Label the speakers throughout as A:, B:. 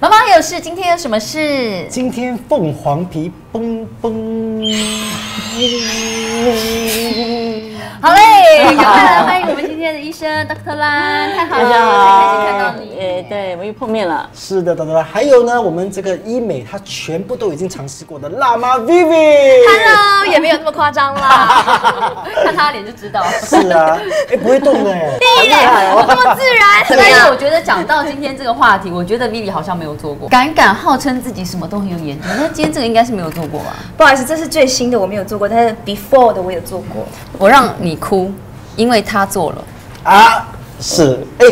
A: 妈妈有事，今天有什么事？
B: 今天凤凰皮嘣嘣，
A: 好 嘞，赶快来欢迎我们今天的医生 Dr. 兰，太好
C: 大
A: 了，
C: 家好，
A: 太开心看到你。
C: 哎，对，我们又碰面了。
B: 是的，哒哒哒。还有呢，我们这个医美它全部都已经尝试过的辣妈 Vivi。
A: Hello，也 没有那么夸张啦， 看他的脸就知道。
B: 是啊，哎，不会动的 哎。
A: 对那么自然，
C: 但
A: 但
C: 是
A: 是
C: 我觉得讲到今天这个话题，我觉得 Vivi 好像没有做过。
A: 敢敢号称自己什么都很有研究，那今天这个应该是没有做过吧？
D: 不好意思，这是最新的，我没有做过，但是 before 的我有做过。
A: 我让你哭，因为他做了。
B: 啊，是。哎，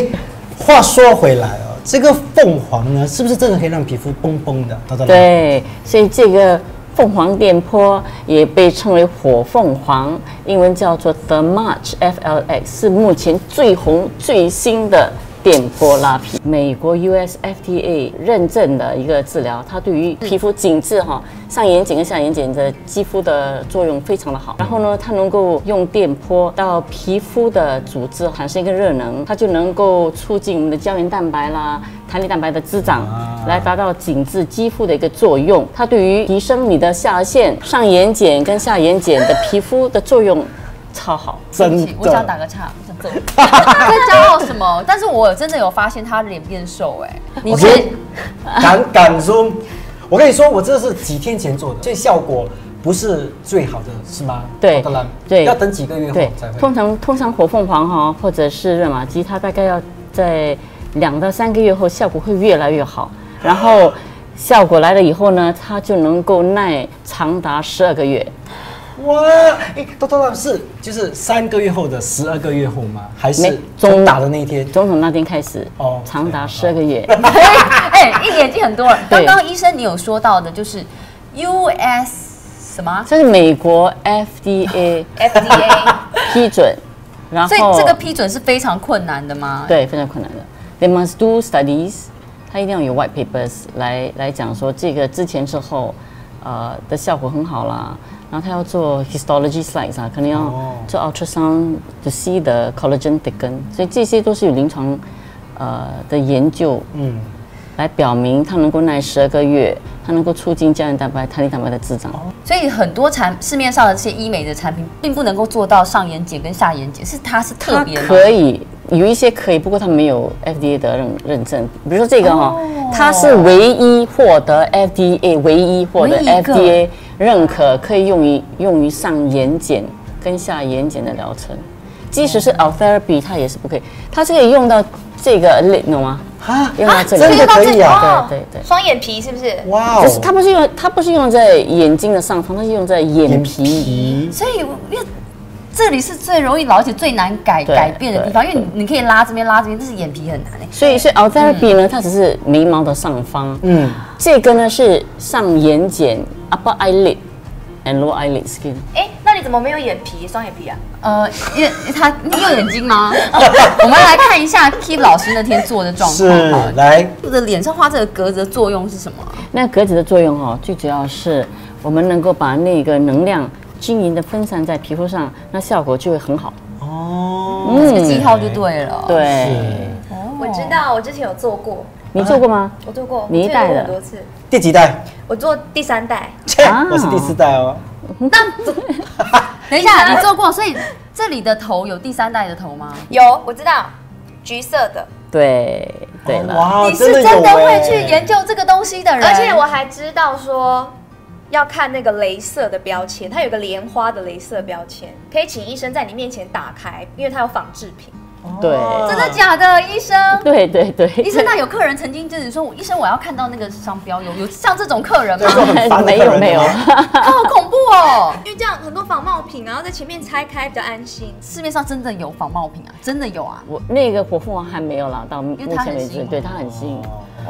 B: 话说回来哦，这个凤凰呢，是不是真的可以让皮肤嘣嘣的？哒哒哒。。
C: 对，所以这个凤凰电波也被称为火凤凰，英文叫做 The March FLX，是目前最红最新的。电波拉皮，美国 US FDA 认证的一个治疗，它对于皮肤紧致哈、上眼睑跟下眼睑的肌肤的作用非常的好。然后呢，它能够用电波到皮肤的组织产生一个热能，它就能够促进我们的胶原蛋白啦、弹力蛋白的滋长，来达到紧致肌肤的一个作用。它对于提升你的下颌线、上眼睑跟下眼睑的皮肤的作用超好。
B: 真
A: 我想打
B: 的。
A: 个岔，我想揍你。 在骄傲什么？但是我真的有发现他脸变瘦哎、你
B: 我
A: 是
B: 觉 得敢敢说，我跟你说，我这是几天前做的，所以效果不是最好的，是吗？
C: 对
B: 哒哒
C: 对
B: 要等几个月后
C: 对
B: 才，会
C: 通。常通常火凤凰哈、或者是热玛吉，它大概要在两到三个月后效果会越来越好，然后效果来了以后呢，它就能够耐长达十二个月。
B: 哇，哎，多多多是就是三个月后的十二个月后吗？还是
C: 没
B: 从
C: 中
B: 打的那一天？
C: 总统那天开始，
B: 哦
C: 长达十二个月。
A: 哎、一点已经很多了。刚
C: 对
A: 刚医生你有说到的，就是 US 什么啊
C: 这是美国 FDA
A: FDA，
C: 批准，然
A: 所以
C: 后
A: 这个批准是非常困难的吗？
C: 对非常困难的，they must do studies，它一定要有 white papers 来来讲说这个之前之后，呃的效果很好啦。然后他要做 histology slides 啊，可能要
B: 哦
C: 做 ultrasound to see the collagen thicken，所以这些都是有临床呃的研究
B: 嗯，
C: 来表明它能够耐十二个月，它能够促进胶原蛋白、弹力蛋白的滋长。
A: 所以很多产市面上的这些医美的产品，并不能够做到上眼睑跟下眼睑，是它是特
C: 它
A: 别吗
C: 可以有一些可以，不过它没有 FDA 的认认证。比如说这个哈、
A: 哦
C: 它是唯一获得 FDA 唯一获得
A: 唯一一个
C: FDA 认可，可以用于用于上眼睑跟下眼睑的疗程。即使是 out
A: 哦
C: therapy，它也是不可以，它是可以用到这个类，你懂吗？
B: 啊，
C: 用到这
B: 啊
C: 个，
B: 真的可以啊
D: 哦
C: 对对对
D: 双眼皮是不是？
B: 哇哦
C: 就是它不是用它不是用在眼睛的上方，它是用在眼皮。
B: 皮
A: 所以我因为这里是最容易老而且最难改
C: 对
A: 改变的地方，因
C: 对
A: 为你你可以拉这边拉这边，但是眼皮很难 哎、
C: 所以是 out therapy 呢，它只是眉毛的上方。
B: 嗯，
C: 这个呢是上眼睑 （upper eyelid and lower eyelid skin）。
D: 哎，那你怎么没有眼皮双眼皮啊？
A: 呃，因为他你有眼睛 吗？我们来看一下 Keep 老师那天做的状
B: 是
A: 况好了。
B: 来
A: Keep 的脸上画这个格子的作用是什么啊？
C: 那格子的作用哦，最主要是我们能够把那个能量均匀的分散在皮肤上，那效果就会很好。
B: 哦，
A: 这个记号就对了。，哦
C: 对，
D: 我知道，我之前有做过，
C: 你做过吗？
D: 我做过，
C: 你一
D: 我做过
C: 代的
D: 很多次，
B: 第几代？
D: 我做第三代，
B: 切
C: 啊，
B: 我是第四代哦。
A: 等一下你做过，所以这里的头有第三代的头吗？
D: 有我知道，橘色的，
C: 对，对了，
B: 哇
A: 你是真
B: 有
A: 的
B: 哎
A: 会去研究这个东西的人，
D: 而且我还知道说。要看那个镭射的标签，它有个莲花的镭射标签，可以请医生在你面前打开，因为它有仿制品。
C: 对，
A: 真的假的，医生？
C: 对对 对。
A: 医生，那有客人曾经就是说，我医生我要看到那个商标，有有像这种客人
B: 这种
A: 吗？
B: 很烦的
C: 没
B: 客
C: 有
B: 人
C: 没有
B: 哦，
A: 好恐怖哦！
D: 因为这样很多仿冒品，然后在前面拆开比较安心。
A: 市面上真的有仿冒品啊，真的有啊。
C: 我那个火凤凰还没有啦，到目
A: 因为它
C: 前
A: 很
C: 为
A: 新
C: 止，
A: 嘛
C: 对它很新。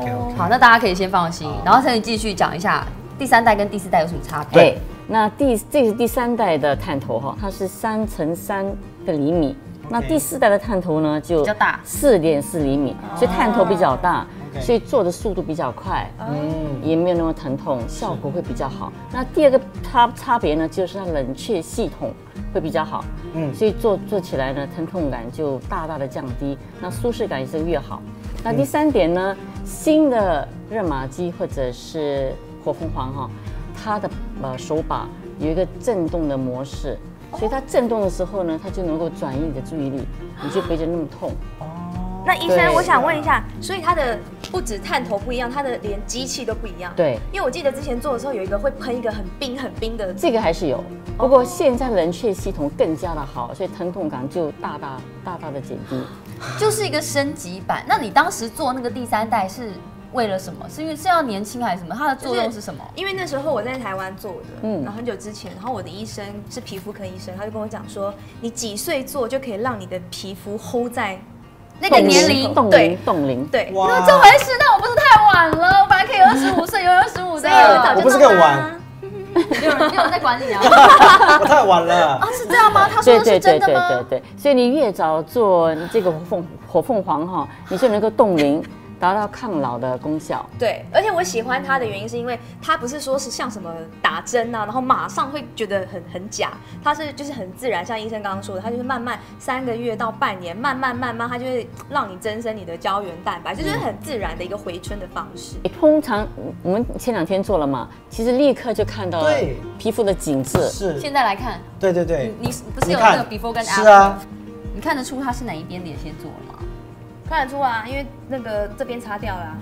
B: 哦
A: 好，那大家可以先放心，然后再继续讲一下第三代跟第四代有什么差别。
B: 对
C: 哎，那第这是第三代的探头哈，它是三乘三个厘米。那第四代的探头呢，就
A: 比较大哦
C: 四点四厘米，所以探头比较大
B: OK，
C: 所以做的速度比较快，
B: 嗯，
C: 也没有那么疼痛，效果会比较好。那第二个差差别呢，就是它冷却系统会比较好，
B: 嗯
C: 嗯，所以做做起嗯来呢，疼痛感就大大的降低，那舒适感也是越好。那第三点呢，新的热玛吉或者是火凤凰哈、它的呃手把有一个震动的模式，所以它震动的时候呢，它就能够转移你的注意力，你就不会觉得那么痛。
D: 那医生，
C: 对
D: 我想问一下，所以它的不止探头不一样，它的连机器都不一样。，
C: 对，
D: 因为我记得之前做的时候有一个会喷一个很冰很冰的，
C: 这个还是有，
A: 哦
C: 不过现在冷却系统更加的好，所以疼痛感就大大大大的减低。
A: 就是一个升级版。那你当时做那个第三代是为了什么？是因为是要年轻还是什么？它的作用是什么？
D: 因为那时候我在台湾做的，
C: 嗯
D: 然后很久之前，然后我的医生是皮肤科医生，他就跟我讲说，你几岁做就可以让你的皮肤 hold 在
A: 那个年
D: 龄
A: 龄。
C: 冻龄
D: 对，
C: 冻龄。
D: 对，
B: 哇
A: 那这回事，那我不是太晚了？我本来可以二十五岁，有二十五
D: 所
A: 的
D: 以，我早就
B: 我不是
D: 弄
B: 个
D: 啦
B: 碗，
A: 有 人有人在管你啊？
B: 我太晚了
A: 啊，。是这样吗？他说
C: 对
A: 的是
C: 对
A: 真的
C: 对对对
A: 吗？
C: 对，所以你越早做这个火凤火凤凰哈、你就能够冻龄， 达到抗老的功效。
D: 对，而且我喜欢它的原因是因为它不是说是像什么打针啊，然后马上会觉得很很假，它是就是很自然，像医生刚刚说的，它就是慢慢三个月到半年，慢慢慢慢，它就会让你增生你的胶原蛋白，这就是很自然的一个回春的方 式。
C: 你通常我们前两天做了嘛，其实立刻就看到了
B: 对
C: 皮肤的紧致。
B: 是，
A: 现在来看，
B: 对对对，
A: 你你不是
B: 你
A: 有那
B: 看
A: 个 before 跟 after？
B: 是啊，
A: 你看得出他是哪一边脸先做了吗？
D: 看得出啊，因为那个这边擦掉了、啊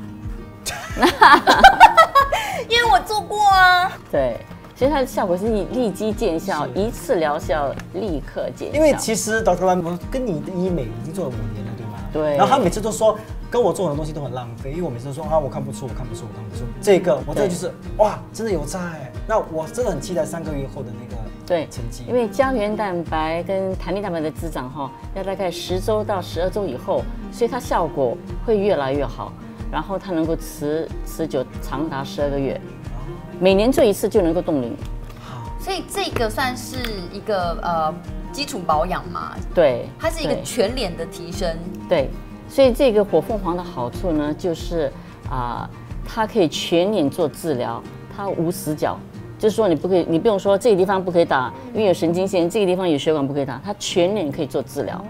D: 因为我做过啊，
C: 对，所以它的效果是立立即见效，
B: 是
C: 一次疗效立刻见效。
B: 因为其实 Dr. Wan，我跟你的医美已经做了五年了，对吗？
C: 对
B: 然后他每次都说跟我做的东西都很浪费，因为我每次都说啊，我看不出，我看不出，我看不出。这个
C: 嗯
B: 我真的就是哇，真的有差哎。那我真的很期待三个月后的那个
C: 对
B: 成绩
C: 因为胶原蛋白跟弹力蛋白的滋长哈、要大概十周到十二周以后，所以它效果会越来越好，然后它能够持持久长达十二个月，每年做一次就能够冻龄。
A: 所以这个算是一个呃基础保养嘛，
C: 对，
A: 它是一个
C: 对
A: 全脸的提升。
C: 对，所以这个火凤凰的好处呢，就是啊、它可以全脸做治疗，它无死角，就是说你不可以，你不用说这个地方不可以打，因为有神经线，这个地方有血管不可以打，它全脸可以做治疗。
A: 哦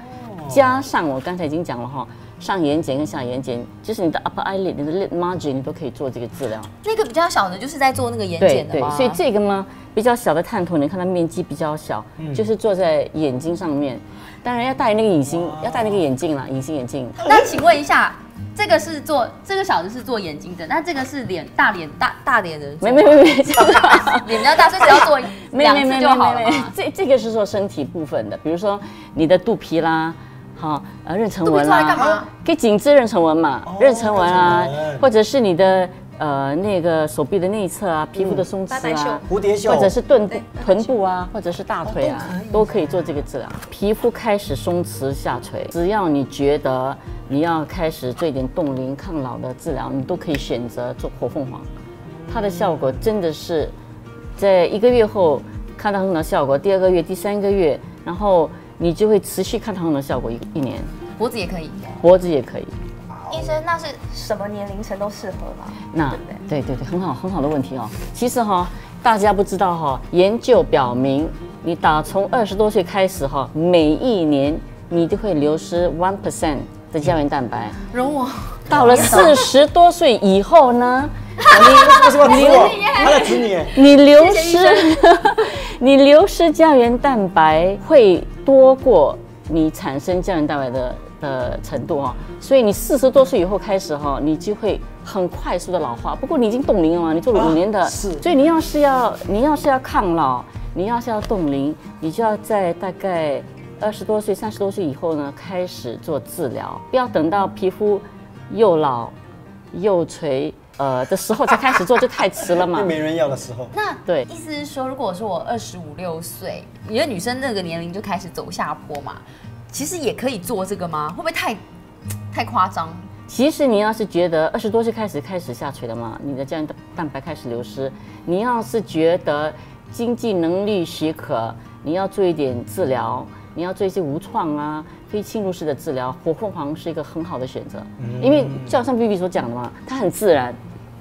C: 加上我刚才已经讲了哈，上眼睑跟下眼睑，就是你的 upper eyelid、你的 lid margin，你都可以做这个治疗。
A: 那个比较小的，就是在做那个眼
C: 对
A: 睑的
C: 对
A: 嘛，，
C: 所以这个呢比较小的探头，你看它面积比较小，
A: 嗯
C: 就是做在眼睛上面。当然要戴那个隐形，要戴那个眼镜啦，隐形眼镜。
A: 那请问一下，这个是做这个小的是做眼睛的，那这个是脸大脸大大脸的人做
C: 没
A: 吗，
C: 没没 没，
A: 脸比较大，所以只要做
C: 没
A: 两
C: 没
A: 次
C: 没
A: 就
C: 没
A: 好
C: 没
A: 了
C: 没
A: 嘛，。
C: 这这个是做身体部分的，比如说你的肚皮啦，好呃妊娠
A: 肚皮
C: 纹
A: 做来干
C: 啦，
A: 嘛？
C: 可以紧致妊娠纹嘛
B: 哦，
C: 妊娠纹啊
B: 妊娠纹，
C: 或者是你的呃那个手臂的内侧啊，皮肤的松
D: 拜拜
C: 弛
D: 袖
C: 啊。
B: 蝴蝶袖，
C: 或者是臀部
D: 对
C: 臀部啊，或者是大腿啊，都可以做这个治疗。皮肤开始松弛下垂，只要你觉得你要开始做一点冻龄抗老的治疗，你都可以选择做火凤凰，它的效果真的是在一个月后看到很好的效果，第二个月、第三个月，然后你就会持续看到很好的效果一一年，
A: 脖子也可以。
C: 脖子也可以。
D: 医生那是什么年龄层都适合吧？
C: 那对对对，很好很好的问题哦。其实哈、大家不知道哈、研究表明，你打从二十多岁开始哈、每一年你都会流失 one percent 的胶原蛋白。
B: 嗯
A: 容我
C: 到了四十多岁以 后呢，你
B: 为什么指我？他在 指你。
C: 你流失，你流失胶原蛋白会多过你产生胶原蛋白的的程度哦，所以你四十多岁以后开始哈、你就会很快速的老化。不过你已经冻龄了嘛，你做了五年的，
B: 啊是
C: 所以你要是要你要是要抗老，你要是要冻龄，你就要在大概二十多岁、三十多岁以后呢开始做治疗，不要等到皮肤又老又垂呃的时候才开始做，就太迟了嘛
B: 那。没人要的时候，
A: 那
C: 对
A: 意思是说，如果说我二十五六岁，你的女生那个年龄就开始走下坡嘛，其实也可以做这个吗？会不会太太夸张？
C: 其实你要是觉得二十多岁开始开始下垂了嘛，你的胶原蛋白开始流失，你要是觉得经济能力许可，你要做一点治疗，你要做一些无创啊、非侵入式的治疗，火凤凰是一个很好的选择，
B: 嗯
C: 因为就像上 B B 所讲的嘛，它很自然，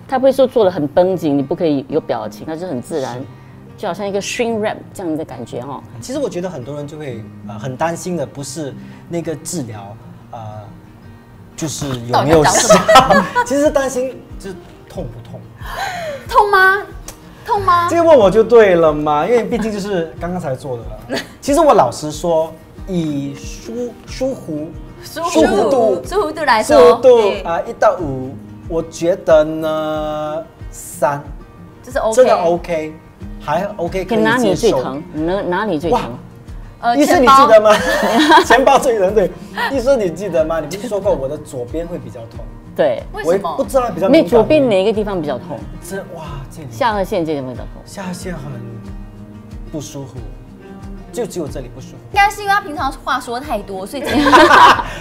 C: 它不会说做的很绷紧，你不可以有表情，它就很自然，就好像一个 shrink wrap 这样的感觉哦。
B: 其实我觉得很多人就会呃很担心的，不是那个治疗，呃，就是有
A: 到底
B: 没
A: 在
B: 有
A: 讲什
B: 效？ 其实担心就是痛不痛，
A: 痛吗？痛吗
B: 这？个问我就对了嘛，因为毕竟就是刚刚才做 的。其实我老实说，以舒舒服
A: 舒
B: 舒服度
A: 舒服度来
B: 速
A: 说，
B: 度
D: 对
B: 啊一到五，我觉得呢三，
A: 这是 OK。
B: 啊真的哦 OK，还 OK 可
C: 可以哪
B: 以
C: 里
B: 接
C: 最
B: 受。
C: 疼？哪哪里最
B: 哇
C: 疼？
A: 呃
B: 医生，
A: 钱
B: 你
A: 包
B: 记 得吗？钱包最疼，对。医生，你记得吗？你不是说过我的左边会比较痛？
C: 对，
A: 为
B: 我也
A: 什
B: 不
A: 么？
B: 知道比较敏
C: 那
B: 感
C: 左边哪一个地方比较痛？
B: 这哇，这里
C: 下颌线这个地方比较痛。
B: 下线很不舒服，就只有这里不舒
A: 应该是因为他平常话说太多，所以今天
B: 服。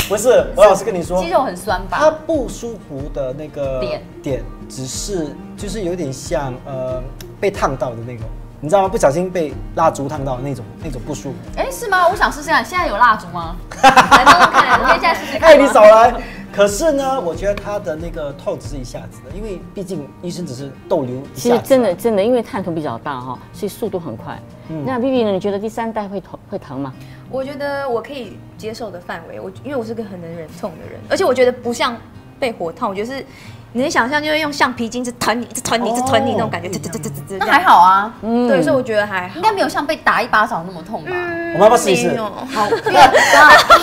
B: 不是，我老实跟你说
A: 肌，肉很酸
B: 它
A: 吧？
B: 不舒服的那个
A: 点
B: 点，只是就是有点像呃被烫到的那种，你知道吗？不小心被蜡烛烫到的那种那种不舒服。
A: 哎，是吗？我想试试看，现在有蜡烛吗？来弄弄看，我可以现在试试 看吗。
B: 哎，你少来！可是呢，我觉得它的那个透支一下子的，因为毕竟医生只是逗留一
C: 其
B: 下
C: 实
B: 子
C: 真的真的，因为探头比较大哈，所以速度很快。
B: 嗯
C: 那 B B 呢？你觉得第三代会疼会疼吗？
D: 我觉得我可以接受的范围，我因为我是个很能忍痛的人，而且我觉得不像被火烫，我觉得是你能想象，就是用橡皮筋一直弹你，一直弹你，一直弹你那种感觉，
B: 哦
D: 对对对对对对，
A: 那还好啊，
D: 这样，
C: 嗯
D: 对，所以我觉得还好
A: 应。该没有像被打一巴掌那么痛吧？
D: 嗯
B: 我们要不要试一试
D: 没有
A: 好，不要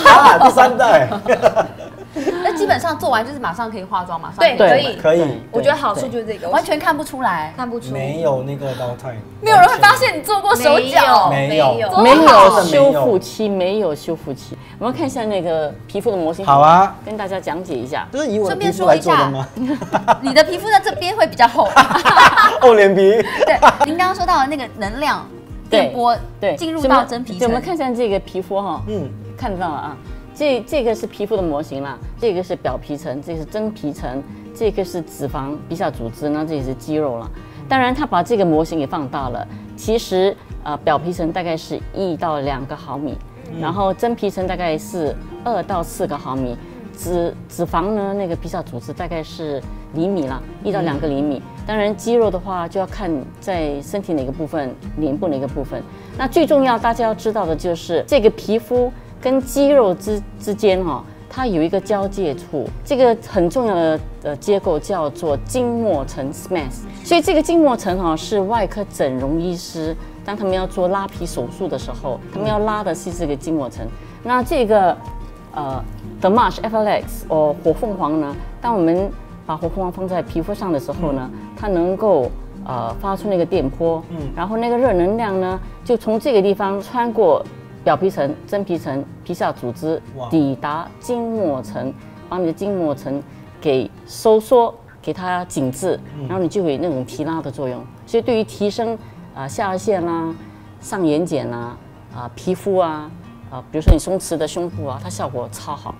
B: 啊，第三 代
A: 那基本上做完就是马上可以化妆，马上
D: 对，
A: 可以
D: 可
C: 对
D: 以，
B: 可以，
D: 我觉得好处
B: 对
D: 就是这个，
A: 完全看不出来，
D: 看不出，
B: 没有那个刀太，
A: 没有人会发现你做过手脚。
B: 没有
A: 哦
C: 没有
B: 真的没
C: 修
B: 有
C: 复期，没有修复期。我们看一下那个皮肤的模型。
B: 好，啊，
C: 跟大家讲解一下。
B: 就是以我的
A: 顺
B: 皮
A: 便
B: 肤
A: 说
B: 来
A: 一
B: 做的
A: 下
B: 吗？
A: 你的皮肤在这边会比较 厚。
B: 厚脸皮，
A: 对，您刚刚说到的那个能量
C: 对
A: 电波，
C: 对，
A: 进入
C: 所以我
A: 到
C: 们
A: 真皮
C: 对，
A: 层
C: 我。们看一下这个皮肤哈，
B: 嗯，
C: 看得到了啊。这这个是皮肤的模型啦，这个是表皮层，这个是真皮层，这个是脂肪、皮下组织，那这也是肌肉了。当然，他把这个模型给放大了。其实，呃，表皮层大概是一到两个毫米，然后真皮层大概是二到四个毫米，脂脂肪呢，那个皮下组织大概是厘米啦，一到两个厘米。当然，肌肉的话就要看在身体哪个部分，脸部哪个部分。那最重要，大家要知道的就是这个皮肤跟肌肉之之间哈、哦，它有一个交界处，这个很重要的呃结构叫做筋膜层 （SMAS）。所以这个筋膜层哈、是外科整容医师当他们要做拉皮手术的时候，他们要拉的是这个筋膜层。那这个呃 The Marsh FLX 哦火凤凰呢，当我们把火凤凰放在皮肤上的时候呢，它能够呃发出那个电波，嗯，然后那个热能量呢，就从这个地方穿过表皮层、真皮层、皮下组织
B: 哇，
C: 抵达筋膜层，把你的筋膜层给收缩，给它紧致，然后你就会有那种提拉的作用。所以对于提升啊、呃下颌线啦、上眼睑啦、啊、皮肤啊。啊，比如说你松弛的胸部啊，它效果超好。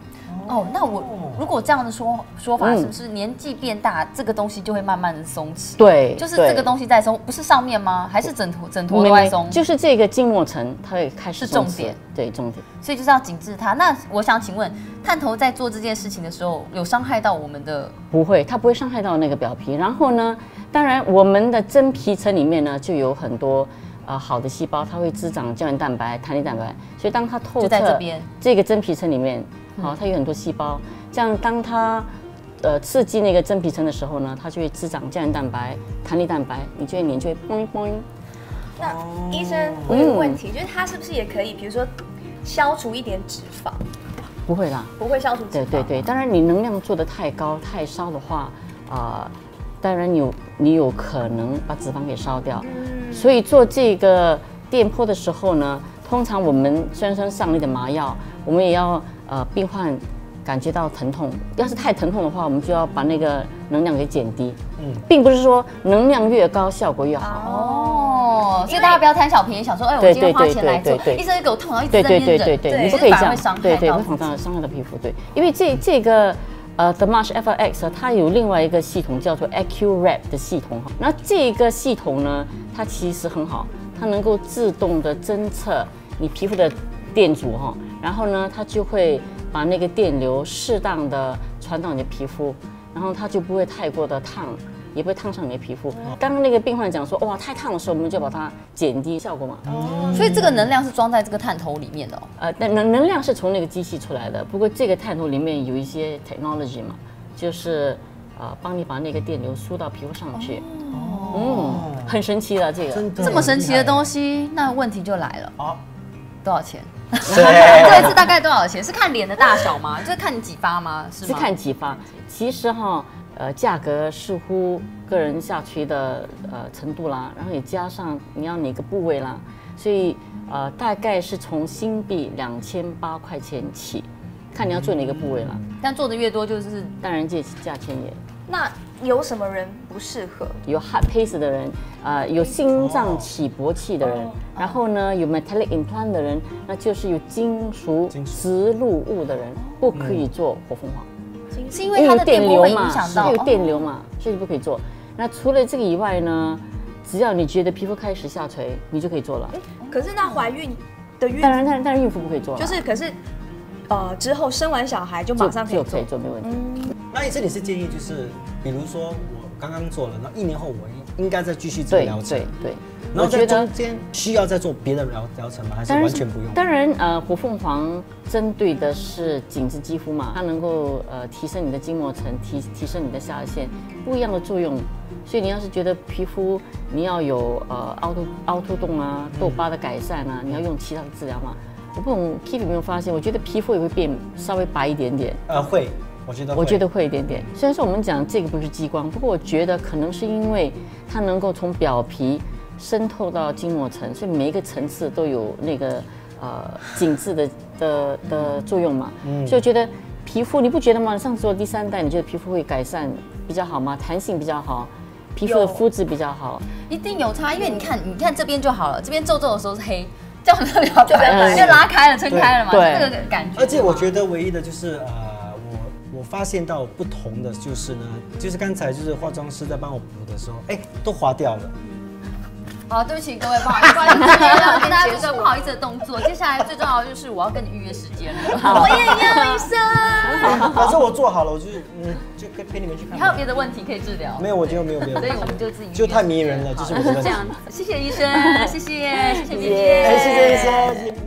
A: 哦，那我如果这样的说说法，
C: 嗯
A: 是不是年纪变大，这个东西就会慢慢的松弛？
C: 对，
A: 就是
C: 对
A: 这个东西在松，不是上面吗？还是整坨整坨
C: 没
A: 都在松？
C: 就是这个筋膜层，它会开始
A: 是重
C: 松弛
A: 点，
C: 对重点。
A: 所以就是要紧致它。那我想请问，探头在做这件事情的时候，有伤害到我们的
C: 不会，它不会伤害到那个表皮。然后呢，当然我们的真皮层里面呢就有很多呃好的细胞，它会滋长胶原蛋白、弹力蛋白，所以当它透
A: 就
C: 彻
A: 在这边嗯
C: 这个真皮层里面，好、它有很多细胞，这样当它呃刺激那个真皮层的时候呢，它就会滋长胶原蛋白、弹力蛋白，你就会脸就会嘣嘣。
D: 那医生，我有个问题，就是它是不是也可以，比如说消除一点脂肪，
C: 不会啦，
D: 不会消除脂
C: 对
D: 肪？
C: 对对，当然你能量做得太高太烧的话，啊、当然你有你有可能把脂肪给烧掉。所以做这个电波的时候呢，通常我们虽然说上了一点麻药，我们也要呃病患感觉到疼痛。要是太疼痛的话，我们就要把那个能量给减低。嗯，并不是说能量越高效果越好。
A: 哦，所以大家不要贪小便宜，想说，哎，我
C: 对
A: 今天
C: 对
A: 花
C: 对
A: 钱来
C: 对
A: 做，
C: 对
A: 医生就给我痛，然后一直
C: 对
A: 在
C: 对
A: 那边
C: 对
A: 忍，
C: 对对，你
D: 对
C: 不可以
A: 反而
C: 这样
A: 会伤，害
C: 对对，
A: 到
C: 会
A: 自
C: 伤
A: 己
C: 到伤害到皮肤，对，因为这这个。呃，The Marsh FLX 啊它有另外一个系统叫做 AccuRap 的系统哈，那这个系统呢，它其实很好，它能够自动的侦测你皮肤的电阻哈，然后呢，它就会把那个电流适当的传到你的皮肤，然后它就不会太过的烫，也不会烫伤你的皮肤。
A: 哦
C: 刚刚那个病患讲说，哇，太烫的时候，我们就把它减低效果嘛。
A: 所以这个能量是装在这个探头里面的、哦。
C: 呃，那能能量是从那个机器出来的，不过这个探头里面有一些 technology 嘛，就是呃帮你把那个电流输到皮肤上去。哦，嗯，很神奇的这个。
B: 真 的
A: 这么神奇的东
B: 西
A: 西，那问题就来了，
B: 啊！
A: 多少钱？
B: 对，
A: 这一次大概多少钱？是看脸的大小吗？就是看你几发吗？是
C: 是
A: 吗？
C: 看几发，其实哈，呃，价格视乎个人下垂的呃程度啦，然后也加上你要哪个部位啦，所以呃，大概是从新币两千八块钱起，看你要做哪个部位啦。
A: 但做的越多就是
C: 当然这价钱也
D: 那有什么人不适合？
C: 有 heart pace 的人，啊，有心脏起搏器的
A: 哦
C: 人，然后呢有 metallic implant 的人，那就是有金属
B: 金属
C: 植入物的人不可以做活凤凰，
A: 是因为它的电波哦嗯会影响到
C: 有
A: 哦
C: 电流嘛，所以不可以做。那除了这个以外呢，只要你觉得皮肤开始下垂，你就可以做了。
D: 可是那怀孕的孕
C: 当然，当然，当然孕妇不可以做了，
D: 就是可是呃之后生完小孩就马上可以
C: 就可
D: 做
C: 以。做，没问题。
A: 嗯
B: 那你这里是建议就是，比如说我刚刚做了，那一年后我应该再继续这个
C: 对
B: 疗程
C: 对，对，
B: 然
C: 我
B: 后在
C: 觉得
B: 中间需要再做别的疗疗程吗？还是
C: 当然
B: 完
C: 是
B: 全不用？
C: 当然，呃，活凤凰针对的是紧致肌肤嘛，它能够呃提升你的筋膜层，提提升你的下颚线，不一样的作用。所以你要是觉得皮肤你要有呃凹凸凹凸洞啊、
B: 嗯
C: 痘疤的改善啊，你要用其他的治疗嘛。我不懂 Kiki 有没有发现，我觉得皮肤也会变稍微白一点点。
B: 呃，会，我觉得会
C: 我觉得会一点点。虽然说我们讲这个不是激光，不过我觉得可能是因为它能够从表皮渗透到筋膜层，所以每一个层次都有那个呃紧致的的的作用嘛。
B: 嗯
C: 所以我觉得皮肤你不觉得吗？你上次做第三代，你觉得皮肤会改善比较好吗？弹性比较好，皮肤的
D: 有
C: 肤质比较好。
A: 一定有差，因为你看，你看这边就好了，这边皱皱的时候是黑，这样 子就
C: 白
A: 就拉开了，撑开了嘛，
C: 对
A: 这个感觉。
B: 而且我觉得唯一的就是呃，我我发现到不同的就是呢，就是刚才就是化妆师在帮我补的时候，哎，都划掉 了。
A: 好，对不起各位，不好意思，不好意思，让大家做个不好意思的动 作。接下来最重要的就是我要跟你预约时间 了。我也要医生。
B: 反正我做好了，我就是嗯，就跟陪你们去看吧。
A: 你还有别的问题可以治疗？
B: 没有，我觉得没有别的
A: 所
B: 问
A: 以
B: 题。
A: 我们就自己
B: 就太迷人了，就是我
A: 好
B: 觉
A: 就
B: 得
A: 这。样子。谢谢医生，谢谢，谢谢姐
C: 谢
A: 姐，
B: 哎，谢谢医生。谢谢